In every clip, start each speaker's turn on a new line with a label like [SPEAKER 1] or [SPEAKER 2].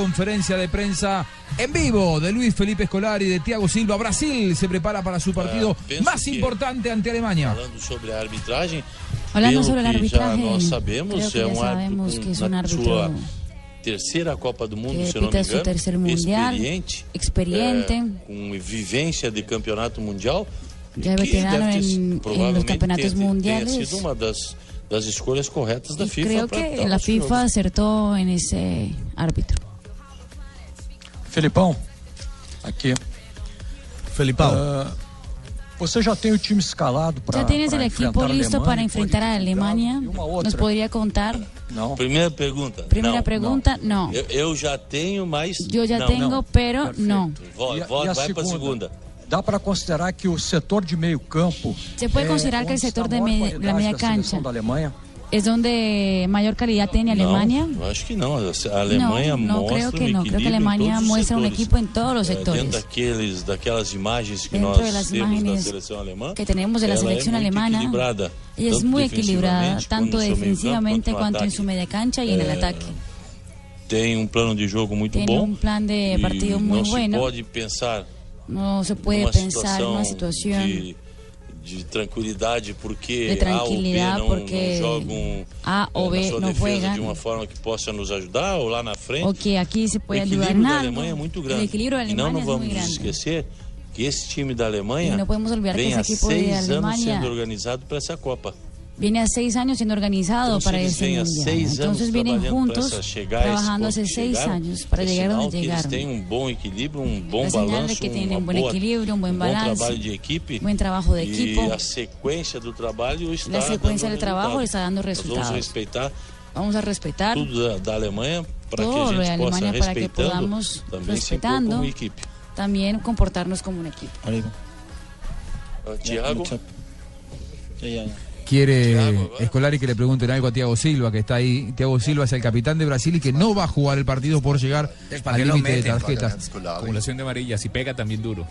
[SPEAKER 1] conferencia de prensa en vivo de Luis Felipe Escolar y de Thiago Silva. Brasil se prepara para su partido
[SPEAKER 2] penso
[SPEAKER 1] más
[SPEAKER 2] que-
[SPEAKER 1] importante ante Alemania.
[SPEAKER 2] Falando sobre a arbitragem,
[SPEAKER 3] Hablando
[SPEAKER 2] pelo
[SPEAKER 3] sobre el
[SPEAKER 2] que já
[SPEAKER 3] arbitraje,
[SPEAKER 2] nós
[SPEAKER 3] creo
[SPEAKER 2] sabemos,
[SPEAKER 3] que
[SPEAKER 2] é
[SPEAKER 3] ya
[SPEAKER 2] um
[SPEAKER 3] sabemos
[SPEAKER 2] árbitro
[SPEAKER 3] que es
[SPEAKER 2] com-
[SPEAKER 3] un
[SPEAKER 2] na
[SPEAKER 3] árbitro
[SPEAKER 2] sua terceira Copa do Mundo,
[SPEAKER 3] que
[SPEAKER 2] se eu não
[SPEAKER 3] repita
[SPEAKER 2] me
[SPEAKER 3] su
[SPEAKER 2] engano,
[SPEAKER 3] tercer mundial,
[SPEAKER 2] experiente,
[SPEAKER 3] experiente.
[SPEAKER 2] é, com vivência de campeonato mundial,
[SPEAKER 3] Ya
[SPEAKER 2] que
[SPEAKER 3] é veterano
[SPEAKER 2] deve ter-
[SPEAKER 3] en- en los
[SPEAKER 2] provavelmente
[SPEAKER 3] campeonatos
[SPEAKER 2] tenha- tenha
[SPEAKER 3] mundiales.
[SPEAKER 2] sido uma das, das escolhas corretas da
[SPEAKER 3] Y
[SPEAKER 2] FIFA.
[SPEAKER 3] creo
[SPEAKER 2] pra
[SPEAKER 3] que
[SPEAKER 2] tal
[SPEAKER 3] la
[SPEAKER 2] jogo.
[SPEAKER 3] FIFA acertó en ese árbitro.
[SPEAKER 4] Felipão, aqui.
[SPEAKER 5] Felipão.
[SPEAKER 4] Ah, você já tem o time escalado para
[SPEAKER 3] Ya tienes el equipo listo para enfrentar a Alemania.
[SPEAKER 4] otra.
[SPEAKER 3] ¿Nos podría contar?
[SPEAKER 4] Não.
[SPEAKER 2] Primeira pergunta.
[SPEAKER 3] Primera
[SPEAKER 2] não,
[SPEAKER 3] pregunta, no.
[SPEAKER 2] Eu, eu já tenho, mas.
[SPEAKER 3] Yo ya
[SPEAKER 2] não.
[SPEAKER 3] tengo,
[SPEAKER 4] Eh, no.
[SPEAKER 3] pero
[SPEAKER 4] Perfecto.
[SPEAKER 3] no.
[SPEAKER 2] Vo-
[SPEAKER 4] E a-
[SPEAKER 2] vo-
[SPEAKER 4] e a
[SPEAKER 2] vai para a segunda.
[SPEAKER 4] Dá para considerar que o setor de meio campo é
[SPEAKER 3] Se pode considerar
[SPEAKER 4] onde
[SPEAKER 3] que o
[SPEAKER 4] está a
[SPEAKER 3] setor de
[SPEAKER 4] maior
[SPEAKER 3] me-
[SPEAKER 4] qualidade
[SPEAKER 3] da meia
[SPEAKER 4] da seleção
[SPEAKER 3] cancha?
[SPEAKER 4] da Alemanha?
[SPEAKER 3] ¿Es donde mayor calidad tiene Alemania?
[SPEAKER 2] Não, eu acho que não. A Alemanha
[SPEAKER 3] no
[SPEAKER 2] mostra
[SPEAKER 3] creo
[SPEAKER 2] um
[SPEAKER 3] que no. Creo que
[SPEAKER 2] equilíbrio em
[SPEAKER 3] Alemania
[SPEAKER 2] todos os
[SPEAKER 3] muestra un
[SPEAKER 2] setores.
[SPEAKER 3] equipo en todos los
[SPEAKER 4] Eh,
[SPEAKER 2] É, dentro
[SPEAKER 3] sectores.
[SPEAKER 2] daqueles, daquelas imagens que
[SPEAKER 3] Dentro
[SPEAKER 2] nós
[SPEAKER 3] de las
[SPEAKER 2] temos da
[SPEAKER 3] imágenes
[SPEAKER 2] seleção alemã,
[SPEAKER 3] que tenemos de la
[SPEAKER 2] ela
[SPEAKER 3] selección
[SPEAKER 2] é muito
[SPEAKER 3] alemana,
[SPEAKER 2] equilibrada,
[SPEAKER 3] Y es
[SPEAKER 2] tanto
[SPEAKER 3] muy equilibrada,
[SPEAKER 2] defensivamente
[SPEAKER 3] tanto
[SPEAKER 2] quanto no seu meio-campo,
[SPEAKER 3] defensivamente
[SPEAKER 2] quanto no
[SPEAKER 3] cuanto en
[SPEAKER 2] ataque.
[SPEAKER 3] su media cancha y en el
[SPEAKER 2] Eh,
[SPEAKER 3] ataque.
[SPEAKER 2] Tem um plano de jogo muito
[SPEAKER 3] Tiene
[SPEAKER 2] bom.
[SPEAKER 3] un plan de
[SPEAKER 2] e
[SPEAKER 3] partido muy
[SPEAKER 2] não se
[SPEAKER 3] bueno.
[SPEAKER 2] pode pensar
[SPEAKER 3] No se puede
[SPEAKER 2] numa
[SPEAKER 3] pensar en una
[SPEAKER 2] situação
[SPEAKER 3] situación
[SPEAKER 2] de, de tranquilidade porque
[SPEAKER 3] De
[SPEAKER 2] A
[SPEAKER 3] tranquilidad,
[SPEAKER 2] ou B não,
[SPEAKER 3] porque
[SPEAKER 2] não jogam
[SPEAKER 3] A
[SPEAKER 2] eh,
[SPEAKER 3] ou
[SPEAKER 2] na
[SPEAKER 3] B
[SPEAKER 2] sua
[SPEAKER 3] não
[SPEAKER 2] defesa
[SPEAKER 3] juegan.
[SPEAKER 2] de uma forma que possa nos ajudar ou lá na frente.
[SPEAKER 3] o que aquí se
[SPEAKER 2] O
[SPEAKER 3] puede ayudar
[SPEAKER 2] equilíbrio
[SPEAKER 3] en
[SPEAKER 2] da
[SPEAKER 3] algo.
[SPEAKER 2] Alemanha é muito grande.
[SPEAKER 3] El equilibrio de
[SPEAKER 2] e não, não
[SPEAKER 3] Alemania es
[SPEAKER 2] vamos
[SPEAKER 3] muy
[SPEAKER 2] nos
[SPEAKER 3] é grande.
[SPEAKER 2] esquecer que esse time da Alemanha
[SPEAKER 3] E não podemos olvidar que
[SPEAKER 2] vem
[SPEAKER 3] esse
[SPEAKER 2] há
[SPEAKER 3] equipo de
[SPEAKER 2] seis anos
[SPEAKER 3] Alemanha-
[SPEAKER 2] sendo organizado para essa Copa.
[SPEAKER 3] Viene a seis años siendo organizado
[SPEAKER 2] Entonces,
[SPEAKER 3] Ah, para
[SPEAKER 2] eles
[SPEAKER 3] ese
[SPEAKER 2] vêm há
[SPEAKER 3] mundial.
[SPEAKER 2] seis
[SPEAKER 3] Entonces
[SPEAKER 2] anos
[SPEAKER 3] vienen
[SPEAKER 2] trabalhando
[SPEAKER 3] juntos
[SPEAKER 2] para chegar a esse
[SPEAKER 3] trabajando
[SPEAKER 2] ponto
[SPEAKER 3] hace
[SPEAKER 2] que
[SPEAKER 3] seis
[SPEAKER 2] chegaram.
[SPEAKER 3] anos para
[SPEAKER 2] É
[SPEAKER 3] llegar
[SPEAKER 2] sinal
[SPEAKER 3] donde
[SPEAKER 2] que Eles têm
[SPEAKER 3] llegaron.
[SPEAKER 2] um bom equilíbrio, um bom
[SPEAKER 3] É sinal de
[SPEAKER 2] balanço,
[SPEAKER 3] que têm
[SPEAKER 2] uma
[SPEAKER 3] um bom
[SPEAKER 2] boa-
[SPEAKER 3] equilíbrio, um bom
[SPEAKER 2] um
[SPEAKER 3] balance,
[SPEAKER 2] bom trabalho de equipe.
[SPEAKER 3] buen trabajo de equipo.
[SPEAKER 2] E a sequência do trabalho está
[SPEAKER 3] La secuencia
[SPEAKER 2] dando
[SPEAKER 3] del trabajo
[SPEAKER 2] resultado.
[SPEAKER 3] está dando
[SPEAKER 2] Nós
[SPEAKER 3] resultados.
[SPEAKER 2] vamos respeitar
[SPEAKER 3] Vamos a respetar
[SPEAKER 2] tudo da, da Alemanha para que
[SPEAKER 3] Todo
[SPEAKER 2] a
[SPEAKER 3] lo de
[SPEAKER 2] gente possa
[SPEAKER 3] Alemanha para que
[SPEAKER 2] respeitando,
[SPEAKER 3] podamos,
[SPEAKER 2] também se impor
[SPEAKER 3] respeitando.
[SPEAKER 2] como equipe.
[SPEAKER 3] también comportarnos como un equipo.
[SPEAKER 2] Ah, Tiago,
[SPEAKER 1] Quiere
[SPEAKER 2] Thiago, va.
[SPEAKER 1] Escolari que le pregunten algo a Thiago Silva, que está ahí. Thiago Silva es el capitán de Brasil y que no va a jugar el partido por llegar
[SPEAKER 6] ¿Para
[SPEAKER 1] al
[SPEAKER 6] qué lo
[SPEAKER 1] límite de
[SPEAKER 6] meten?
[SPEAKER 1] tarjetas.
[SPEAKER 7] Acumulación de amarillas y pega también duro.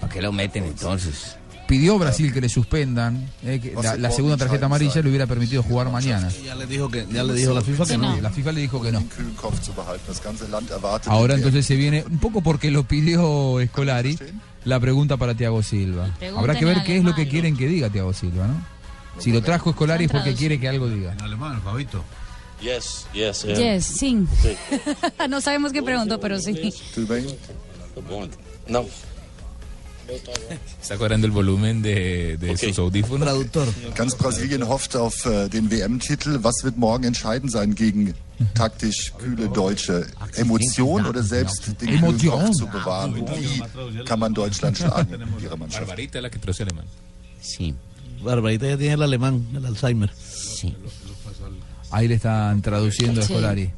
[SPEAKER 6] ¿Para qué lo meten entonces?
[SPEAKER 1] Pidió Brasil que le suspendan. eh, que la, la segunda tarjeta amarilla le hubiera permitido jugar mañana.
[SPEAKER 5] Ya le dijo que
[SPEAKER 8] um
[SPEAKER 5] ya le dijo la FIFA que no.
[SPEAKER 1] La FIFA le dijo que no.
[SPEAKER 8] den kühlen Kopf zu behalten. Das ganze Land erwartet.
[SPEAKER 1] Ahora
[SPEAKER 8] den
[SPEAKER 1] entonces se viene, un poco porque lo pidió Escolari, la pregunta para Tiago Silva.
[SPEAKER 3] Pregúntenle
[SPEAKER 1] Habrá que ver
[SPEAKER 3] al
[SPEAKER 1] qué es lo que
[SPEAKER 3] alemán.
[SPEAKER 1] quieren que diga Tiago Silva, ¿no? Si lo trajo Escolari es porque quiere que algo diga.
[SPEAKER 5] En alemán, Fabito.
[SPEAKER 2] yes, yes, eh,
[SPEAKER 3] Yes, sí. no sabemos qué preguntó, pero sí.
[SPEAKER 8] Tudo bem?
[SPEAKER 2] tá bom. Não,
[SPEAKER 7] Está cobrando el volumen de, de
[SPEAKER 2] Ok.
[SPEAKER 7] sus audífonos.
[SPEAKER 5] Traductor.
[SPEAKER 8] Ganz Brasilien hofft auf äh, den WM-Titel. Was wird morgen entscheidend sein gegen taktisch kühle Deutsche? Emotion oder selbst den kühlen
[SPEAKER 1] Emotion.
[SPEAKER 8] Kopf zu bewahren? Und wie kann man Deutschland schlagen, ihre Mannschaft?
[SPEAKER 7] Barbarita es la que traduce alemán.
[SPEAKER 6] Sí,
[SPEAKER 5] Barbarita ya tiene el alemán, el Alzheimer.
[SPEAKER 6] sí.
[SPEAKER 1] Ahí le están traduciendo a
[SPEAKER 3] Sí.
[SPEAKER 1] Escolari.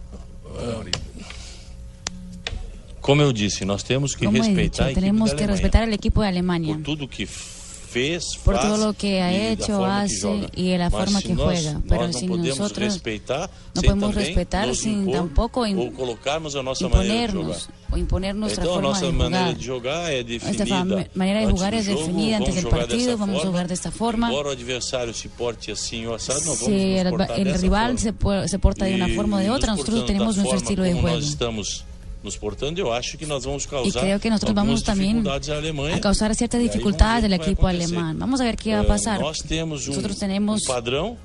[SPEAKER 2] como eu disse, nós temos que
[SPEAKER 3] Como he dicho,
[SPEAKER 2] respeitar a equipe da
[SPEAKER 3] tenemos que
[SPEAKER 2] Alemanha.
[SPEAKER 3] respetar el equipo de Alemania
[SPEAKER 2] por tudo que fez,
[SPEAKER 3] Por
[SPEAKER 2] faz,
[SPEAKER 3] todo lo que ha
[SPEAKER 2] y la
[SPEAKER 3] hecho,
[SPEAKER 2] forma que
[SPEAKER 3] hace
[SPEAKER 2] joga.
[SPEAKER 3] y de la
[SPEAKER 2] Mas
[SPEAKER 3] forma
[SPEAKER 2] si
[SPEAKER 3] que
[SPEAKER 2] nós-
[SPEAKER 3] juega.
[SPEAKER 2] nós
[SPEAKER 3] Pero
[SPEAKER 2] não
[SPEAKER 3] si
[SPEAKER 2] podemos
[SPEAKER 3] nosotros
[SPEAKER 2] respeitar,
[SPEAKER 3] no
[SPEAKER 2] sem
[SPEAKER 3] podemos
[SPEAKER 2] também
[SPEAKER 3] respetar
[SPEAKER 2] nos
[SPEAKER 3] sin
[SPEAKER 2] impor
[SPEAKER 3] tampoco in-
[SPEAKER 2] ou colocarmos a nossa maneira de jogar.
[SPEAKER 3] imponernos o imponer nuestra
[SPEAKER 2] então a
[SPEAKER 3] forma
[SPEAKER 2] nossa
[SPEAKER 3] de
[SPEAKER 2] maneira
[SPEAKER 3] jugar.
[SPEAKER 2] de jogar é definida.
[SPEAKER 3] Nuestra fam- manera de
[SPEAKER 2] antes
[SPEAKER 3] jugar
[SPEAKER 2] do
[SPEAKER 3] es
[SPEAKER 2] jogo,
[SPEAKER 3] definida antes
[SPEAKER 2] vamos
[SPEAKER 3] del
[SPEAKER 2] jogar
[SPEAKER 3] partido,
[SPEAKER 2] dessa
[SPEAKER 3] vamos a
[SPEAKER 2] forma.
[SPEAKER 3] jugar de esta forma.
[SPEAKER 2] Embora o adversário se porte assim ou assado, nós vamos
[SPEAKER 3] Si
[SPEAKER 2] nos
[SPEAKER 3] el,
[SPEAKER 2] portar
[SPEAKER 3] el
[SPEAKER 2] dessa
[SPEAKER 3] rival
[SPEAKER 2] forma.
[SPEAKER 3] se, pu- se porta de una
[SPEAKER 2] E
[SPEAKER 3] Tá forma o de
[SPEAKER 2] nos
[SPEAKER 3] otra, nosotros
[SPEAKER 2] portando
[SPEAKER 3] tenemos
[SPEAKER 2] da forma
[SPEAKER 3] nuestro um estilo de
[SPEAKER 2] como
[SPEAKER 3] juego.
[SPEAKER 2] nós estamos nos portando, eu acho que nós vamos causar
[SPEAKER 3] Y creo que nosotros
[SPEAKER 2] algumas
[SPEAKER 3] vamos también
[SPEAKER 2] dificuldades à Alemanha.
[SPEAKER 3] a causar ciertas
[SPEAKER 2] E aí vamos
[SPEAKER 3] dificultades
[SPEAKER 2] ver o
[SPEAKER 3] del
[SPEAKER 2] que vai
[SPEAKER 3] equipo
[SPEAKER 2] acontecer.
[SPEAKER 3] alemán. Vamos a ver qué va a
[SPEAKER 2] Eh,
[SPEAKER 3] pasar.
[SPEAKER 2] Nós temos um,
[SPEAKER 3] Nosotros tenemos
[SPEAKER 2] um padrão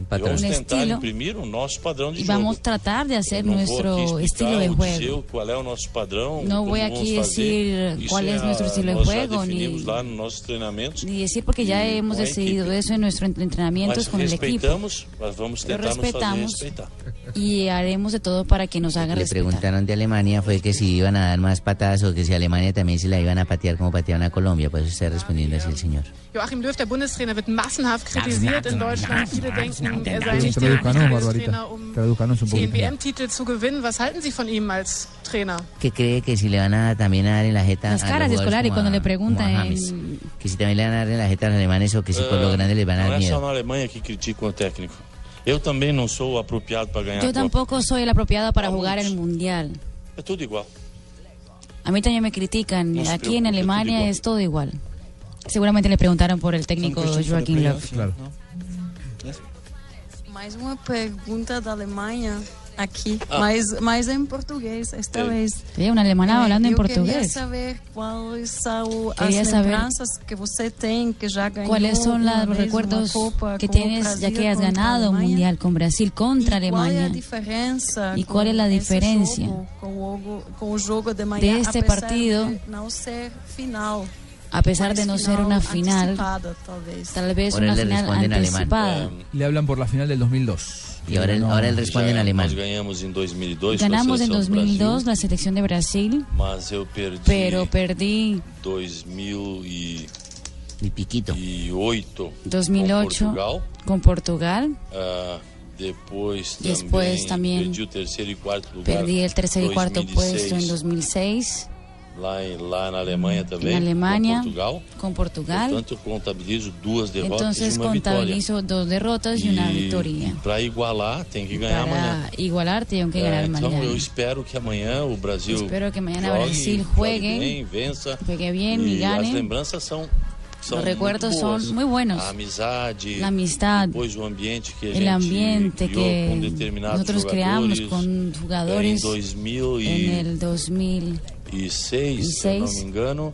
[SPEAKER 2] e
[SPEAKER 6] Patrón.
[SPEAKER 2] vamos
[SPEAKER 3] Um
[SPEAKER 2] tentar
[SPEAKER 3] estilo.
[SPEAKER 2] imprimir o nosso padrão de
[SPEAKER 3] Y
[SPEAKER 2] jogo.
[SPEAKER 3] vamos a tratar de
[SPEAKER 2] Eu
[SPEAKER 3] hacer
[SPEAKER 2] não vou aqui
[SPEAKER 3] nuestro
[SPEAKER 2] explicar
[SPEAKER 3] estilo de
[SPEAKER 2] ou dizer
[SPEAKER 3] juego.
[SPEAKER 2] o- qual é o nosso padrão,
[SPEAKER 3] No
[SPEAKER 2] como
[SPEAKER 3] voy
[SPEAKER 2] vamos
[SPEAKER 3] aquí
[SPEAKER 2] fazer.
[SPEAKER 3] decir
[SPEAKER 2] Isso
[SPEAKER 3] cuál
[SPEAKER 2] é
[SPEAKER 3] es
[SPEAKER 2] a-
[SPEAKER 3] nuestro estilo de
[SPEAKER 2] nós
[SPEAKER 3] juego,
[SPEAKER 2] já definimos
[SPEAKER 3] ni-
[SPEAKER 2] lá nos nossos treinamentos.
[SPEAKER 3] Ni decir porque ya
[SPEAKER 2] Y
[SPEAKER 3] hemos
[SPEAKER 2] con la
[SPEAKER 3] decidido
[SPEAKER 2] equipe.
[SPEAKER 3] eso en nuestros entrenamientos
[SPEAKER 2] Mas
[SPEAKER 3] con el equipo
[SPEAKER 2] respeitamos, mas vamos tentar nos fazer
[SPEAKER 3] respetamos.
[SPEAKER 2] respeitar.
[SPEAKER 3] y haremos de todo para que nos haga
[SPEAKER 6] Le
[SPEAKER 3] respetar.
[SPEAKER 6] preguntaron de Alemania fue que si iban a dar más patadas o que si Alemania también se la iban a patear como pateaban a Colombia. Por eso está respondiendo así el señor.
[SPEAKER 9] Joachim Löw, der Bundestrainer, wird massenhaft kritisiert in Deutschland. Viele denken, er sei nicht der richtige
[SPEAKER 1] Traduzcanos, Barbarita.
[SPEAKER 9] Bundestrainer, um
[SPEAKER 1] Traduzcanos un
[SPEAKER 9] den
[SPEAKER 1] poquito.
[SPEAKER 9] WM-Titel zu gewinnen. Was halten Sie von ihm als Trainer?
[SPEAKER 6] Que cree que si le van a también a dar en la jeta
[SPEAKER 3] Las
[SPEAKER 6] a
[SPEAKER 3] caras de
[SPEAKER 6] los
[SPEAKER 3] Scolari
[SPEAKER 6] jugadores como
[SPEAKER 3] cuando
[SPEAKER 6] a-
[SPEAKER 3] le eh, preguntan
[SPEAKER 6] como a James.
[SPEAKER 3] en-
[SPEAKER 6] Que si también le van a dar en la jeta a los alemanes o que si por lo grande les van a
[SPEAKER 2] não é
[SPEAKER 6] dar
[SPEAKER 2] só
[SPEAKER 6] miedo.
[SPEAKER 2] na Alemanha que criticam o técnico. Eu também não sou apropriado para ganhar
[SPEAKER 3] Yo
[SPEAKER 2] a Copa.
[SPEAKER 3] tampoco soy el apropiado para
[SPEAKER 2] Vamos.
[SPEAKER 3] jugar el mundial.
[SPEAKER 2] É tudo igual.
[SPEAKER 3] A mí también me critican.
[SPEAKER 2] No se
[SPEAKER 3] Aquí en
[SPEAKER 2] preocupe, todo
[SPEAKER 3] Alemania
[SPEAKER 2] igual.
[SPEAKER 3] es todo igual. Seguramente le preguntaron por el técnico Joachim Löw.
[SPEAKER 1] Claro.
[SPEAKER 10] Mais uma pergunta da Alemanha. aqui,
[SPEAKER 9] Ah.
[SPEAKER 10] mas, mas em português, esta
[SPEAKER 9] Eh.
[SPEAKER 10] vez.
[SPEAKER 3] Tem uma alemana falando em
[SPEAKER 10] eu queria
[SPEAKER 3] português.
[SPEAKER 10] saber quais são as
[SPEAKER 3] Queria saber
[SPEAKER 10] lembranças que você tem, que já ganhou
[SPEAKER 3] ¿Cuáles son
[SPEAKER 10] uma
[SPEAKER 3] los
[SPEAKER 10] vez
[SPEAKER 3] recuerdos
[SPEAKER 10] uma Copa
[SPEAKER 3] que
[SPEAKER 10] com o
[SPEAKER 3] tienes ya
[SPEAKER 10] Brasil
[SPEAKER 3] que has
[SPEAKER 10] contra a
[SPEAKER 3] ganado un
[SPEAKER 10] Alemanha?
[SPEAKER 3] mundial con Brasil contra
[SPEAKER 10] E qual é a
[SPEAKER 3] Alemania?
[SPEAKER 10] diferença
[SPEAKER 3] E
[SPEAKER 10] com
[SPEAKER 3] qual é a
[SPEAKER 10] esse
[SPEAKER 3] diferença
[SPEAKER 10] jogo, com, o, jogo- com o jogo de manhã,
[SPEAKER 3] deste
[SPEAKER 10] apesar
[SPEAKER 3] este partido,
[SPEAKER 10] de não ser final,
[SPEAKER 3] A pesar
[SPEAKER 10] mas
[SPEAKER 3] de no ser
[SPEAKER 10] final
[SPEAKER 3] una final,
[SPEAKER 10] antecipada, talvez.
[SPEAKER 3] tal vez
[SPEAKER 6] Ahora
[SPEAKER 3] una
[SPEAKER 6] le
[SPEAKER 3] final
[SPEAKER 6] responde en alemán.
[SPEAKER 3] anticipada.
[SPEAKER 1] Le hablan por la final del 2002.
[SPEAKER 6] Y ahora él, ahora él responde en
[SPEAKER 2] Já Nós
[SPEAKER 6] alemán.
[SPEAKER 2] ganhamos em 2002 com a
[SPEAKER 3] Ganamos en
[SPEAKER 2] seleção do
[SPEAKER 3] 2002
[SPEAKER 2] Brasil,
[SPEAKER 3] la selección de Brasil,
[SPEAKER 2] mas eu perdi
[SPEAKER 3] pero perdí
[SPEAKER 2] 2008
[SPEAKER 6] Y piquito.
[SPEAKER 2] com
[SPEAKER 3] 2008
[SPEAKER 2] Portugal.
[SPEAKER 3] con Portugal,
[SPEAKER 2] Ah, depois
[SPEAKER 3] Después
[SPEAKER 2] também
[SPEAKER 3] también
[SPEAKER 2] perdi o terceiro e quarto lugar.
[SPEAKER 3] perdí el tercer y cuarto
[SPEAKER 2] 2006,
[SPEAKER 3] puesto en 2006
[SPEAKER 2] lá, em- lá na Alemanha também.
[SPEAKER 3] Mm, En Alemania.
[SPEAKER 2] com Portugal.
[SPEAKER 3] con Portugal.
[SPEAKER 2] Portanto, eu contabilizo duas derrotas
[SPEAKER 3] Entonces
[SPEAKER 2] e uma vitória.
[SPEAKER 3] contabilizo dos derrotas y una victoria.
[SPEAKER 2] Para igualar, tem que ganhar amanhã.
[SPEAKER 3] Para igualar tengo que
[SPEAKER 2] É,
[SPEAKER 3] ganar
[SPEAKER 2] então eu
[SPEAKER 3] mañana.
[SPEAKER 2] espero que amanhã o Brasil
[SPEAKER 3] Espero que mañana
[SPEAKER 2] jogue,
[SPEAKER 3] Brasil
[SPEAKER 2] jogue
[SPEAKER 3] juegue,
[SPEAKER 2] bem, vença
[SPEAKER 3] juegue bien y
[SPEAKER 2] e
[SPEAKER 3] gane.
[SPEAKER 2] as lembranças são são
[SPEAKER 3] Los recuerdos
[SPEAKER 2] muito boas.
[SPEAKER 3] son muy buenos.
[SPEAKER 2] a amizade
[SPEAKER 3] La amistad,
[SPEAKER 2] depois o ambiente que a gente
[SPEAKER 3] el ambiente
[SPEAKER 2] criou com
[SPEAKER 3] que
[SPEAKER 2] determinados
[SPEAKER 3] nosotros
[SPEAKER 2] jogadores
[SPEAKER 3] creamos
[SPEAKER 2] é,
[SPEAKER 3] con
[SPEAKER 2] em
[SPEAKER 3] jugadores
[SPEAKER 2] 2000
[SPEAKER 3] en
[SPEAKER 2] e
[SPEAKER 3] el 2000.
[SPEAKER 2] e seis, se eu não me
[SPEAKER 3] seis.
[SPEAKER 2] engano,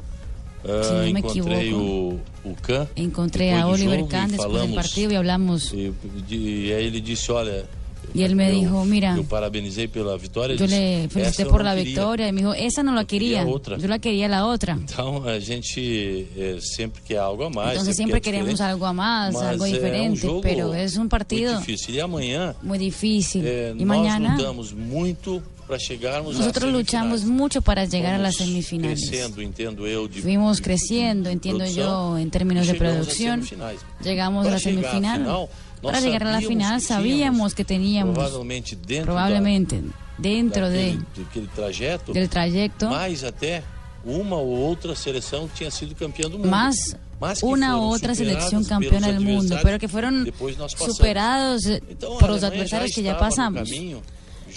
[SPEAKER 2] ah,
[SPEAKER 3] Se não me
[SPEAKER 2] encontrei
[SPEAKER 3] equivoco.
[SPEAKER 2] o, o Kahn.
[SPEAKER 3] Encontré
[SPEAKER 2] depois
[SPEAKER 3] a
[SPEAKER 2] do
[SPEAKER 3] Oliver
[SPEAKER 2] jogo
[SPEAKER 3] Kahn
[SPEAKER 2] e
[SPEAKER 3] después del
[SPEAKER 2] falamos,
[SPEAKER 3] partido y hablamos.
[SPEAKER 2] E, de- e aí ele disse, olha...
[SPEAKER 3] E ele me dijo, mira,
[SPEAKER 2] Eu parabenizei pela vitória.
[SPEAKER 3] Yo
[SPEAKER 2] disse,
[SPEAKER 3] le
[SPEAKER 2] "Essa
[SPEAKER 3] felicité
[SPEAKER 2] eu
[SPEAKER 3] por
[SPEAKER 2] não
[SPEAKER 3] la
[SPEAKER 2] queria."
[SPEAKER 3] victoria y me dijo, esa no la
[SPEAKER 2] quería
[SPEAKER 3] quería,
[SPEAKER 2] otra.
[SPEAKER 3] yo la quería la otra.
[SPEAKER 2] Então, a gente eh, sempre quer algo a mais.
[SPEAKER 3] Entonces siempre queremos algo a más, algo
[SPEAKER 2] eh,
[SPEAKER 3] diferente, pero es un partido
[SPEAKER 2] é um muito difícil. E amanhã,
[SPEAKER 3] muy difícil.
[SPEAKER 2] eh,
[SPEAKER 3] Y
[SPEAKER 2] nós
[SPEAKER 3] mañana
[SPEAKER 2] lutamos muito para chegarmos
[SPEAKER 3] nosotros
[SPEAKER 2] às
[SPEAKER 3] luchamos
[SPEAKER 2] semifinais.
[SPEAKER 3] mucho para llegar a las
[SPEAKER 2] Fomos
[SPEAKER 3] semifinales.
[SPEAKER 2] Crescendo, entendo eu, de,
[SPEAKER 3] Fuimos
[SPEAKER 2] de-
[SPEAKER 3] creciendo, entiendo
[SPEAKER 2] produção,
[SPEAKER 3] yo, en términos de
[SPEAKER 2] e chegamos às
[SPEAKER 3] producción.
[SPEAKER 2] semifinais.
[SPEAKER 3] Llegamos a
[SPEAKER 2] Para
[SPEAKER 3] la
[SPEAKER 2] chegar à
[SPEAKER 3] semifinal.
[SPEAKER 2] final, nós
[SPEAKER 3] Para llegar a la
[SPEAKER 2] sabíamos
[SPEAKER 3] final
[SPEAKER 2] que
[SPEAKER 3] sabíamos
[SPEAKER 2] tínhamos,
[SPEAKER 3] que teníamos,
[SPEAKER 2] Provavelmente dentro,
[SPEAKER 3] probablemente,
[SPEAKER 2] da,
[SPEAKER 3] dentro de,
[SPEAKER 2] daquele, daquele trajeto,
[SPEAKER 3] del trayecto,
[SPEAKER 2] mais até uma ou outra seleção que tinha sido campeã do mundo.
[SPEAKER 3] más
[SPEAKER 2] Mas que
[SPEAKER 3] una u
[SPEAKER 2] foram
[SPEAKER 3] otra
[SPEAKER 2] superadas
[SPEAKER 3] selección campeona
[SPEAKER 2] pelos
[SPEAKER 3] del mundo,
[SPEAKER 2] adversários,
[SPEAKER 3] pero que fueron
[SPEAKER 2] depois nós passamos.
[SPEAKER 3] superados eh,
[SPEAKER 2] Então, a
[SPEAKER 3] por los
[SPEAKER 2] Alemanha
[SPEAKER 3] adversarios que ya
[SPEAKER 2] estava no
[SPEAKER 3] pasamos.
[SPEAKER 2] caminho,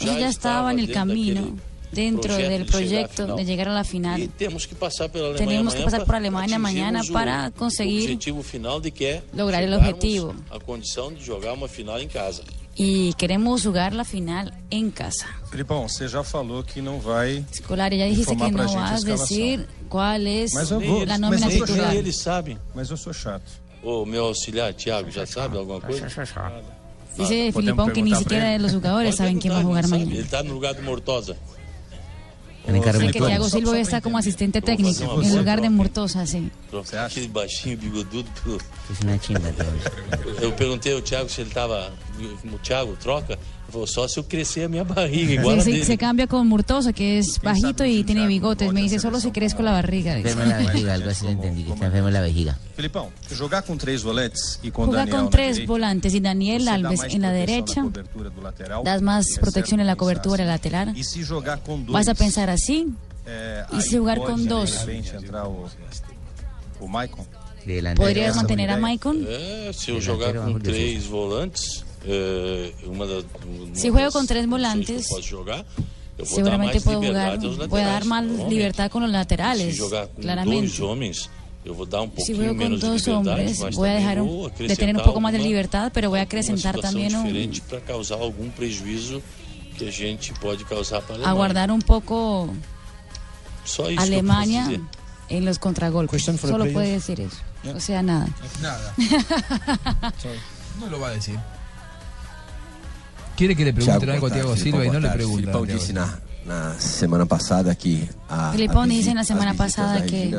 [SPEAKER 3] Ellos ya estaba en el
[SPEAKER 2] estava dentro
[SPEAKER 3] camino,
[SPEAKER 2] daquele
[SPEAKER 3] dentro
[SPEAKER 2] projeto
[SPEAKER 3] del
[SPEAKER 2] de chegar à
[SPEAKER 3] proyecto
[SPEAKER 2] final.
[SPEAKER 3] de llegar a la
[SPEAKER 2] E
[SPEAKER 3] final,
[SPEAKER 2] temos que passar pela Alemanha
[SPEAKER 3] Tenemos que
[SPEAKER 2] amanhã
[SPEAKER 3] passar
[SPEAKER 2] pra
[SPEAKER 3] por Alemanha amanhã
[SPEAKER 2] atingirmos
[SPEAKER 3] para
[SPEAKER 2] o-
[SPEAKER 3] conseguir
[SPEAKER 2] o objetivo final de que é
[SPEAKER 3] lograr o
[SPEAKER 2] chegarmos
[SPEAKER 3] objetivo.
[SPEAKER 2] A condição de jogar uma final em casa.
[SPEAKER 3] y queremos jugar la final en casa.
[SPEAKER 11] Felipão, você já falou que não vai.
[SPEAKER 3] Escolar, ya dijiste que
[SPEAKER 11] Informar pra
[SPEAKER 3] no
[SPEAKER 11] gente a
[SPEAKER 3] vas a
[SPEAKER 11] escalação.
[SPEAKER 3] decir cuál es
[SPEAKER 11] Mas eu vou-
[SPEAKER 3] la
[SPEAKER 11] mas
[SPEAKER 3] nómina
[SPEAKER 11] eu vou
[SPEAKER 3] titular.
[SPEAKER 11] jogar
[SPEAKER 2] Eles sabem.
[SPEAKER 11] Mas eu sou chato.
[SPEAKER 2] O meu auxiliar, Thiago, já sabe alguma coisa?
[SPEAKER 3] Dice
[SPEAKER 11] Podemos
[SPEAKER 3] Filipón que ni
[SPEAKER 11] perguntar
[SPEAKER 3] siquiera
[SPEAKER 11] pra
[SPEAKER 3] de
[SPEAKER 11] ele.
[SPEAKER 3] los jugadores
[SPEAKER 2] Pode
[SPEAKER 3] saben quién va a
[SPEAKER 2] perguntar,
[SPEAKER 3] jugar
[SPEAKER 2] ele sabe.
[SPEAKER 3] mañana.
[SPEAKER 2] Ele está no lugar do Mortosa.
[SPEAKER 6] Gran cargo
[SPEAKER 3] Dicen
[SPEAKER 6] de
[SPEAKER 3] que
[SPEAKER 6] todo.
[SPEAKER 3] Thiago Silva hoy está como asistente técnico
[SPEAKER 2] Vamos
[SPEAKER 3] en
[SPEAKER 2] hacer
[SPEAKER 3] lugar de
[SPEAKER 2] otro.
[SPEAKER 3] Murtosa, sí.
[SPEAKER 2] Trocar aquele baixinho bigodudo pro...
[SPEAKER 6] Es una chimba todo.
[SPEAKER 2] Eu perguntei ao Thiago se ele tava. O Thiago, troca? Ele falou, só se eu crescer a minha barriga, igual
[SPEAKER 3] Sí,
[SPEAKER 2] a
[SPEAKER 3] sí,
[SPEAKER 2] dele.
[SPEAKER 3] se cambia con Murtosa, que es
[SPEAKER 11] sabe
[SPEAKER 3] bajito
[SPEAKER 11] si
[SPEAKER 3] y
[SPEAKER 11] Thiago
[SPEAKER 3] tiene bigotes. Me
[SPEAKER 11] Murtosa
[SPEAKER 3] dice,
[SPEAKER 11] se
[SPEAKER 3] solo si
[SPEAKER 11] lesiona".
[SPEAKER 3] crezco la barriga. dice.
[SPEAKER 6] Enfermo en la vejiga, algo así lo entendí. Que está enfermo en la vejiga.
[SPEAKER 11] Filipão, jogar com três volantes e com
[SPEAKER 3] Juega
[SPEAKER 11] Daniel
[SPEAKER 3] con
[SPEAKER 11] na
[SPEAKER 3] tres
[SPEAKER 11] direita,
[SPEAKER 3] volantes y Daniel
[SPEAKER 11] você dá
[SPEAKER 3] Alves en
[SPEAKER 11] mais
[SPEAKER 3] la
[SPEAKER 11] proteção na
[SPEAKER 3] derecha.
[SPEAKER 11] cobertura do lateral
[SPEAKER 3] das mais
[SPEAKER 11] e recebe
[SPEAKER 3] proteção na
[SPEAKER 11] um cansaço.
[SPEAKER 3] cobertura lateral.
[SPEAKER 11] E se jogar com dois,
[SPEAKER 3] ¿Vas a pensar así?
[SPEAKER 11] é,
[SPEAKER 3] e
[SPEAKER 11] aí
[SPEAKER 3] se jogar
[SPEAKER 11] pode,
[SPEAKER 3] com
[SPEAKER 11] de
[SPEAKER 3] dois?
[SPEAKER 11] repente, entrar o, o Maicon?
[SPEAKER 6] De delantero.
[SPEAKER 3] ¿Podrías
[SPEAKER 11] esa
[SPEAKER 3] mantener a
[SPEAKER 11] idea.
[SPEAKER 3] Maicon?
[SPEAKER 2] É, se eu jogar
[SPEAKER 6] Delantero,
[SPEAKER 2] com
[SPEAKER 6] vamos dizer.
[SPEAKER 2] três volantes, é, uma das. uma
[SPEAKER 3] Se juego
[SPEAKER 2] das
[SPEAKER 3] com
[SPEAKER 2] opções
[SPEAKER 3] três
[SPEAKER 2] que
[SPEAKER 3] volantes,
[SPEAKER 2] eu posso jogar, eu vou dar
[SPEAKER 3] Seguramente
[SPEAKER 2] mais
[SPEAKER 3] puedo
[SPEAKER 2] liberdade
[SPEAKER 3] jugar,
[SPEAKER 2] aos laterais.
[SPEAKER 3] voy a dar más
[SPEAKER 2] provavelmente.
[SPEAKER 3] libertad con los
[SPEAKER 2] Se
[SPEAKER 3] laterales,
[SPEAKER 2] jogar com dois
[SPEAKER 3] claramente.
[SPEAKER 2] homens, eu vou dar um
[SPEAKER 3] Si
[SPEAKER 2] pouquinho
[SPEAKER 3] juego con
[SPEAKER 2] menos de
[SPEAKER 3] dos
[SPEAKER 2] liberdade,
[SPEAKER 3] hombres,
[SPEAKER 2] mas
[SPEAKER 3] voy a
[SPEAKER 2] também
[SPEAKER 3] dejar
[SPEAKER 2] vou
[SPEAKER 3] un, de
[SPEAKER 2] acrescentar
[SPEAKER 3] tener un poco más de
[SPEAKER 2] alguma-
[SPEAKER 3] libertad, pero voy a
[SPEAKER 2] uma
[SPEAKER 3] acrecentar
[SPEAKER 2] situação
[SPEAKER 3] también un,
[SPEAKER 2] diferente para causar algum prejuízo que a gente pode causar para a Alemanha.
[SPEAKER 3] aguardar un poco
[SPEAKER 2] Só isso que eu posso
[SPEAKER 3] Alemania
[SPEAKER 2] dizer.
[SPEAKER 3] en los contragolpes. Solo puede decir eso. O sea, nada.
[SPEAKER 1] Nada. no lo va a decir. Quiere que le pregunten algo a Tiago Silva y no le preguntan. a Thiago Silva.
[SPEAKER 11] na semana passada que a,
[SPEAKER 3] Filipão disse na semana passada que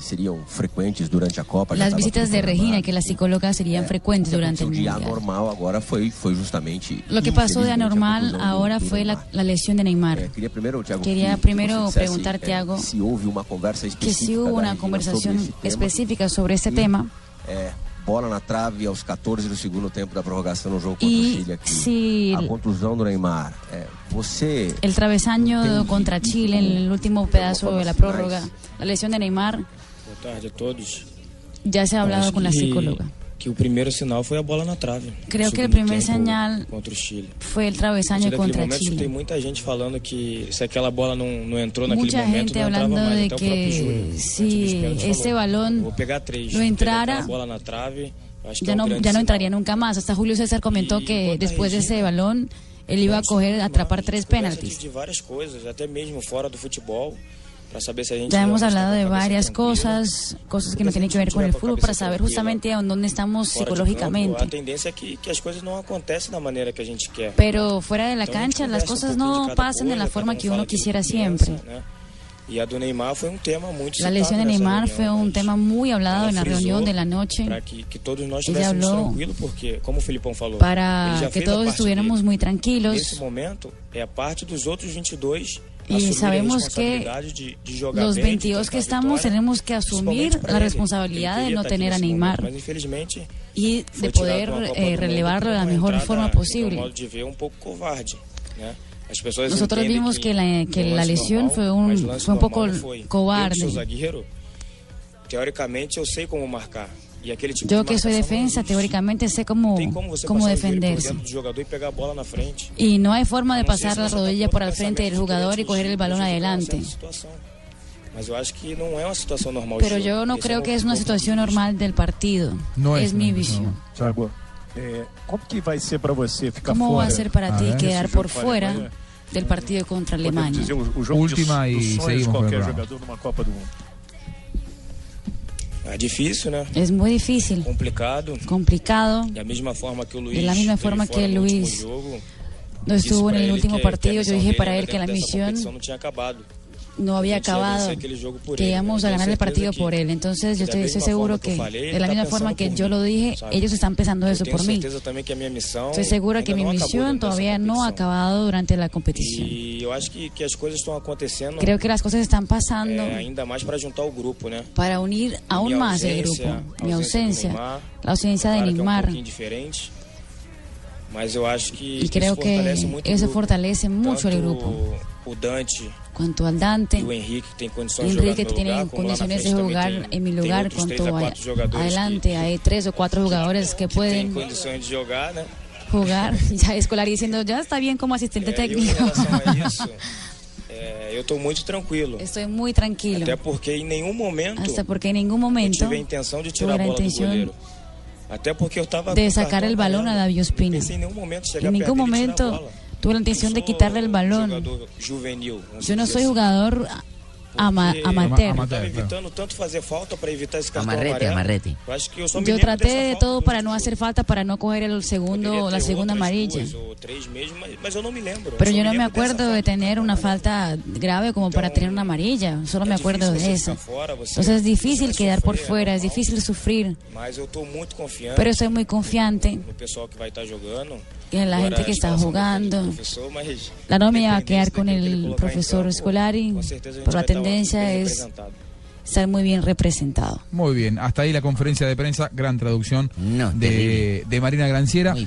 [SPEAKER 11] seriam frequentes durante a Copa.
[SPEAKER 3] las visitas de Regina, que la psicóloga serían frecuentes durante el mundial.
[SPEAKER 11] normal agora foi, foi justamente.
[SPEAKER 3] Lo que pasó de anormal ahora fue la, la lesión de Neymar.
[SPEAKER 11] queria primeiro, Eh, Thiago,
[SPEAKER 3] Quería primero
[SPEAKER 11] eh,
[SPEAKER 3] preguntar, Tiago,
[SPEAKER 11] se houve uma conversa
[SPEAKER 3] que si hubo una conversación específica sobre este tema
[SPEAKER 11] É, bola na trave aos 14 do segundo tempo da prorrogação no jogo contra o
[SPEAKER 3] y
[SPEAKER 11] Chile aqui.
[SPEAKER 3] si
[SPEAKER 11] A
[SPEAKER 3] el,
[SPEAKER 11] contusão do Neymar. É, você
[SPEAKER 3] el travesaño contra Chile en el último pedazo de la prórroga, la lesión de Neymar,
[SPEAKER 2] Boa tarde a todos.
[SPEAKER 3] ya se ha hablado con la psicóloga.
[SPEAKER 2] Que o primeiro sinal foi a bola na trave.
[SPEAKER 3] Creo que el
[SPEAKER 2] Segundo
[SPEAKER 3] primer
[SPEAKER 2] tempo
[SPEAKER 3] señal
[SPEAKER 2] Contra o Chile.
[SPEAKER 3] fue
[SPEAKER 2] A
[SPEAKER 3] el
[SPEAKER 2] partir
[SPEAKER 3] travesaño
[SPEAKER 2] daquele
[SPEAKER 3] contra
[SPEAKER 2] momento, escutei
[SPEAKER 3] Chile.
[SPEAKER 2] muita gente falando que se aquela bola não, não entrou naquele
[SPEAKER 3] Mucha
[SPEAKER 2] momento,
[SPEAKER 3] gente
[SPEAKER 2] não entrava
[SPEAKER 3] hablando
[SPEAKER 2] mais. Até
[SPEAKER 3] de
[SPEAKER 2] o próprio
[SPEAKER 3] que
[SPEAKER 2] Júlio,
[SPEAKER 3] se
[SPEAKER 2] antes dos pênaltis,
[SPEAKER 3] esse
[SPEAKER 2] falou,
[SPEAKER 3] balão
[SPEAKER 2] Vou pegar três.
[SPEAKER 3] não
[SPEAKER 2] pegar
[SPEAKER 3] entrara,
[SPEAKER 2] aquela bola na trave, acho que
[SPEAKER 3] Ya
[SPEAKER 2] é um
[SPEAKER 3] no,
[SPEAKER 2] grande
[SPEAKER 3] ya no
[SPEAKER 2] sinal.
[SPEAKER 3] entraría nunca más. Hasta Julio César comentó
[SPEAKER 2] Y
[SPEAKER 3] que
[SPEAKER 2] otra
[SPEAKER 3] después de
[SPEAKER 2] vez,
[SPEAKER 3] ese balón ele iba a correr, atrapar tres penaltis.
[SPEAKER 2] de várias coisas, até mesmo fora do futebol, para saber se a gente
[SPEAKER 3] Ya hemos
[SPEAKER 2] realmente
[SPEAKER 3] hablado
[SPEAKER 2] tá
[SPEAKER 3] de
[SPEAKER 2] com a cabeça
[SPEAKER 3] varias
[SPEAKER 2] tranquila.
[SPEAKER 3] cosas, cosas que no tienen que ver con el fútbol, para saber justamente en dónde
[SPEAKER 2] Fora de
[SPEAKER 3] estamos
[SPEAKER 2] campo,
[SPEAKER 3] psicológicamente.
[SPEAKER 2] a tendência é que, que as coisas não acontecem da maneira que a gente quer.
[SPEAKER 3] Pero fuera de la
[SPEAKER 2] Então, a gente
[SPEAKER 3] cancha, las
[SPEAKER 2] conversa
[SPEAKER 3] cosas
[SPEAKER 2] um pouquinho de cada
[SPEAKER 3] no pasan de
[SPEAKER 2] coisa,
[SPEAKER 3] la
[SPEAKER 2] cada
[SPEAKER 3] forma
[SPEAKER 2] um
[SPEAKER 3] que uno
[SPEAKER 2] fala de
[SPEAKER 3] quisiera
[SPEAKER 2] criança,
[SPEAKER 3] siempre.
[SPEAKER 2] né? E a do Neymar foi um tema muito
[SPEAKER 3] La
[SPEAKER 2] citado
[SPEAKER 3] lesión de
[SPEAKER 2] nessa
[SPEAKER 3] Neymar
[SPEAKER 2] reunião,
[SPEAKER 3] fue un tema muy hablado en la
[SPEAKER 2] frisó
[SPEAKER 3] reunión de la noche
[SPEAKER 2] Para que, que todos nós
[SPEAKER 3] Ele
[SPEAKER 2] estivéssemos
[SPEAKER 3] hablou
[SPEAKER 2] tranquilos, porque, como o Filipão falou, ele já
[SPEAKER 3] para que
[SPEAKER 2] fez a
[SPEAKER 3] todos
[SPEAKER 2] parte
[SPEAKER 3] estuviéramos muy
[SPEAKER 2] dele. Esse
[SPEAKER 3] tranquilos.
[SPEAKER 2] momento é a parte dos outros 22
[SPEAKER 3] E
[SPEAKER 2] assumirem a
[SPEAKER 3] sabemos que
[SPEAKER 2] responsabilidade de, de jogar
[SPEAKER 3] Los
[SPEAKER 2] bem, de
[SPEAKER 3] 22 que
[SPEAKER 2] tentar
[SPEAKER 3] estamos tenemos que asumir
[SPEAKER 2] para
[SPEAKER 3] la
[SPEAKER 2] ele.
[SPEAKER 3] responsabilidad
[SPEAKER 2] Ele
[SPEAKER 3] de
[SPEAKER 2] queria
[SPEAKER 3] no
[SPEAKER 2] estar aqui
[SPEAKER 3] tener a
[SPEAKER 2] nesse momento,
[SPEAKER 3] Neymar
[SPEAKER 2] Mas infelizmente
[SPEAKER 3] y
[SPEAKER 2] foi tirado
[SPEAKER 3] de poder
[SPEAKER 2] uma Copa do
[SPEAKER 3] eh,
[SPEAKER 2] Mundo
[SPEAKER 3] relevarlo de
[SPEAKER 2] com
[SPEAKER 3] la
[SPEAKER 2] uma
[SPEAKER 3] mejor
[SPEAKER 2] entrada,
[SPEAKER 3] forma
[SPEAKER 2] no meu
[SPEAKER 3] posible.
[SPEAKER 2] modo de ver, um pouco covarde, né? As pessoas
[SPEAKER 3] Nosotros
[SPEAKER 2] entendem
[SPEAKER 3] vimos que la, que
[SPEAKER 2] é
[SPEAKER 3] la
[SPEAKER 2] lance
[SPEAKER 3] lesión
[SPEAKER 2] normal,
[SPEAKER 3] fue
[SPEAKER 2] mas
[SPEAKER 3] un,
[SPEAKER 2] lance
[SPEAKER 3] fue un
[SPEAKER 2] normal
[SPEAKER 3] poco
[SPEAKER 2] não foi. Eu que sou
[SPEAKER 3] cobarde.
[SPEAKER 2] zagueiro, teoricamente eu sei como marcar. E aquele tipo
[SPEAKER 3] Yo
[SPEAKER 2] de
[SPEAKER 3] que
[SPEAKER 2] marcação
[SPEAKER 3] soy
[SPEAKER 2] não
[SPEAKER 3] defensa,
[SPEAKER 2] existe.
[SPEAKER 3] teóricamente sé cómo,
[SPEAKER 2] Tem como você
[SPEAKER 3] cómo
[SPEAKER 2] passar o joelho por
[SPEAKER 3] defenderse.
[SPEAKER 2] dentro do jogador e pegar a bola na frente.
[SPEAKER 3] Y no hay forma de
[SPEAKER 2] Não sei
[SPEAKER 3] pasar
[SPEAKER 2] se
[SPEAKER 3] la
[SPEAKER 2] você tá
[SPEAKER 3] rodilla
[SPEAKER 2] pronto
[SPEAKER 3] por al
[SPEAKER 2] pra
[SPEAKER 3] frente
[SPEAKER 2] saber
[SPEAKER 3] del
[SPEAKER 2] se
[SPEAKER 3] jugador y
[SPEAKER 2] durante o
[SPEAKER 3] coger el
[SPEAKER 2] jogo
[SPEAKER 3] balón
[SPEAKER 2] você tá
[SPEAKER 3] adelante.
[SPEAKER 2] nessa situação. Mas eu acho que não é uma situação normal.
[SPEAKER 3] Pero
[SPEAKER 2] Gil.
[SPEAKER 3] yo no
[SPEAKER 2] Esse
[SPEAKER 3] creo
[SPEAKER 2] o
[SPEAKER 3] que es una
[SPEAKER 2] ponto.
[SPEAKER 3] situación normal del partido. es mi visión.
[SPEAKER 11] Thiago, é, como que vai ser para você ficar
[SPEAKER 3] ¿Cómo
[SPEAKER 11] fora?
[SPEAKER 3] va a ser para ti
[SPEAKER 11] Ah, é?
[SPEAKER 3] quedar
[SPEAKER 11] Esse jogo
[SPEAKER 3] por
[SPEAKER 11] com a
[SPEAKER 3] fuera
[SPEAKER 11] Alemanha,
[SPEAKER 3] del partido contra
[SPEAKER 11] podemos
[SPEAKER 3] Alemania?
[SPEAKER 11] dizer, o, o jogo
[SPEAKER 1] Última
[SPEAKER 11] de,
[SPEAKER 1] e
[SPEAKER 11] dos sonhos
[SPEAKER 1] seguimos
[SPEAKER 11] de
[SPEAKER 1] com o
[SPEAKER 11] qualquer
[SPEAKER 1] programa.
[SPEAKER 11] jogador numa Copa do Mundo.
[SPEAKER 2] É difícil, né?
[SPEAKER 3] Es muy difícil,
[SPEAKER 2] Complicado.
[SPEAKER 3] complicado.
[SPEAKER 2] Da mesma forma que o Luiz.
[SPEAKER 3] De la misma
[SPEAKER 2] teve
[SPEAKER 3] forma
[SPEAKER 2] fora
[SPEAKER 3] que
[SPEAKER 2] no último
[SPEAKER 3] Luiz
[SPEAKER 2] jogo,
[SPEAKER 3] No
[SPEAKER 2] disse
[SPEAKER 3] estuvo en
[SPEAKER 2] pra
[SPEAKER 3] el
[SPEAKER 2] ele
[SPEAKER 3] último
[SPEAKER 2] que- que a
[SPEAKER 3] partido. Yo
[SPEAKER 2] misión
[SPEAKER 3] dije
[SPEAKER 2] dele
[SPEAKER 3] para
[SPEAKER 2] era
[SPEAKER 3] él que la
[SPEAKER 2] dentro dessa
[SPEAKER 3] misión
[SPEAKER 2] competição não tinha acabado.
[SPEAKER 3] no había
[SPEAKER 2] Ele tinha vencido
[SPEAKER 3] acabado,
[SPEAKER 2] aquele jogo por
[SPEAKER 3] que
[SPEAKER 2] ele,
[SPEAKER 3] íbamos a
[SPEAKER 2] então
[SPEAKER 3] ganar
[SPEAKER 2] certeza
[SPEAKER 3] el partido
[SPEAKER 2] que-
[SPEAKER 3] por él. Entonces yo
[SPEAKER 2] da
[SPEAKER 3] estoy
[SPEAKER 2] mesma
[SPEAKER 3] seguro
[SPEAKER 2] forma que eu
[SPEAKER 3] que,
[SPEAKER 2] falei, ele
[SPEAKER 3] de la
[SPEAKER 2] tá
[SPEAKER 3] misma forma
[SPEAKER 2] pensando
[SPEAKER 3] que
[SPEAKER 2] por
[SPEAKER 3] yo
[SPEAKER 2] mim,
[SPEAKER 3] lo dije,
[SPEAKER 2] sabe?
[SPEAKER 3] ellos están pensando
[SPEAKER 2] Eu
[SPEAKER 3] eso
[SPEAKER 2] tenho
[SPEAKER 3] por mí.
[SPEAKER 2] certeza também que a minha missão.
[SPEAKER 3] Estoy segura que
[SPEAKER 2] ainda
[SPEAKER 3] mi
[SPEAKER 2] não acabou
[SPEAKER 3] misión
[SPEAKER 2] dentro dessa
[SPEAKER 3] todavía no ha
[SPEAKER 2] competição.
[SPEAKER 3] acabado durante la competición.
[SPEAKER 2] E eu acho que, que as coisas estão acontecendo.
[SPEAKER 3] Creo que las cosas están pasando
[SPEAKER 2] é, ainda mais para juntar o grupo, né?
[SPEAKER 3] para unir aún
[SPEAKER 2] Mi
[SPEAKER 3] más el
[SPEAKER 2] ausencia,
[SPEAKER 3] grupo.
[SPEAKER 2] ausencia de
[SPEAKER 3] Mi ausencia,
[SPEAKER 2] Neymar,
[SPEAKER 3] la ausencia de
[SPEAKER 2] Claro que é um
[SPEAKER 3] Neymar.
[SPEAKER 2] pouquinho diferente, mas eu acho que
[SPEAKER 3] Y creo
[SPEAKER 2] isso fortalece
[SPEAKER 3] que
[SPEAKER 2] muito o
[SPEAKER 3] eso
[SPEAKER 2] grupo.
[SPEAKER 3] fortalece mucho el
[SPEAKER 2] Tanto
[SPEAKER 3] grupo.
[SPEAKER 2] O Dante
[SPEAKER 3] Cuanto al
[SPEAKER 2] e
[SPEAKER 3] Dante,
[SPEAKER 2] o Henrique que tem condições de jogar
[SPEAKER 3] Enrique
[SPEAKER 2] no meu
[SPEAKER 3] tiene
[SPEAKER 2] lugar, como lá na
[SPEAKER 3] condiciones
[SPEAKER 2] frente
[SPEAKER 3] de
[SPEAKER 2] também
[SPEAKER 3] jugar
[SPEAKER 2] tem,
[SPEAKER 3] en mi
[SPEAKER 2] tem
[SPEAKER 3] lugar.
[SPEAKER 2] outros três
[SPEAKER 3] Cuanto
[SPEAKER 2] a
[SPEAKER 3] a-
[SPEAKER 2] quatro jogadores
[SPEAKER 3] adelante, hay tres o cuatro jugadores que
[SPEAKER 2] que tem
[SPEAKER 3] pueden
[SPEAKER 2] condições de jogar, né?
[SPEAKER 3] jugar. Ya escolar diciendo, ya está bien como
[SPEAKER 2] É,
[SPEAKER 3] asistente
[SPEAKER 2] eu, em
[SPEAKER 3] técnico.
[SPEAKER 2] relação a isso, é, eu estou muito tranquilo.
[SPEAKER 3] Estoy muy tranquilo.
[SPEAKER 2] Até porque em nenhum momento
[SPEAKER 3] Hasta porque en ningún
[SPEAKER 2] eu
[SPEAKER 3] momento
[SPEAKER 2] tive a intenção de tirar a
[SPEAKER 3] tuve la
[SPEAKER 2] bola do
[SPEAKER 3] intención
[SPEAKER 2] goleiro. Até porque eu estava
[SPEAKER 3] de sacar el balón a David Ospina.
[SPEAKER 2] Pensei em nenhum momento chegar
[SPEAKER 3] En ningún
[SPEAKER 2] perto dele e tirar a
[SPEAKER 3] momento
[SPEAKER 2] bola.
[SPEAKER 3] tuve la intención de quitarle el balón.
[SPEAKER 2] Jogador juvenil. vamos
[SPEAKER 3] Yo no
[SPEAKER 2] dizer
[SPEAKER 3] soy
[SPEAKER 2] assim.
[SPEAKER 3] jugador ama-
[SPEAKER 2] Porque
[SPEAKER 3] amateur.
[SPEAKER 2] Eu estava evitando tanto fazer falta para evitar esse cartão
[SPEAKER 6] Amarrete,
[SPEAKER 2] amarelo.
[SPEAKER 6] amarrete.
[SPEAKER 2] Eu acho que eu só me
[SPEAKER 3] Yo
[SPEAKER 2] lembro
[SPEAKER 3] traté
[SPEAKER 2] dessa
[SPEAKER 3] de
[SPEAKER 2] falta,
[SPEAKER 3] todo para no hacer falta, para no coger el segundo, la
[SPEAKER 2] ter
[SPEAKER 3] segunda
[SPEAKER 2] outras
[SPEAKER 3] amarilla.
[SPEAKER 2] duas ou três mesmo, mas, mas eu não me lembro.
[SPEAKER 3] Pero
[SPEAKER 2] só
[SPEAKER 3] yo no me
[SPEAKER 2] lembro dessa
[SPEAKER 3] acuerdo de tener una falta grave como para tener una amarilla, solo me acuerdo de eso. Entonces es difícil quedar por fuera, es difícil sufrir,
[SPEAKER 2] falta, Mas eu estou muito confiante
[SPEAKER 3] pero estoy muy confiante
[SPEAKER 2] no pessoal que vai estar jogando.
[SPEAKER 3] Y en la
[SPEAKER 2] Agora,
[SPEAKER 3] gente que
[SPEAKER 2] a
[SPEAKER 3] está
[SPEAKER 2] escalação
[SPEAKER 3] jugando.
[SPEAKER 2] do um professor, mas
[SPEAKER 3] La nómina va a
[SPEAKER 2] dependência
[SPEAKER 3] quedar con
[SPEAKER 2] daquilo que ele
[SPEAKER 3] el
[SPEAKER 2] colocar em
[SPEAKER 3] profesor
[SPEAKER 2] campo,
[SPEAKER 3] Scolari,
[SPEAKER 2] com certeza a gente
[SPEAKER 3] pero
[SPEAKER 2] vai
[SPEAKER 3] la
[SPEAKER 2] estar bem
[SPEAKER 3] tendencia es
[SPEAKER 2] representado.
[SPEAKER 3] estar muy bien representado.
[SPEAKER 1] Muy bien, hasta ahí la conferencia de prensa, gran traducción de, de Marina Granciera.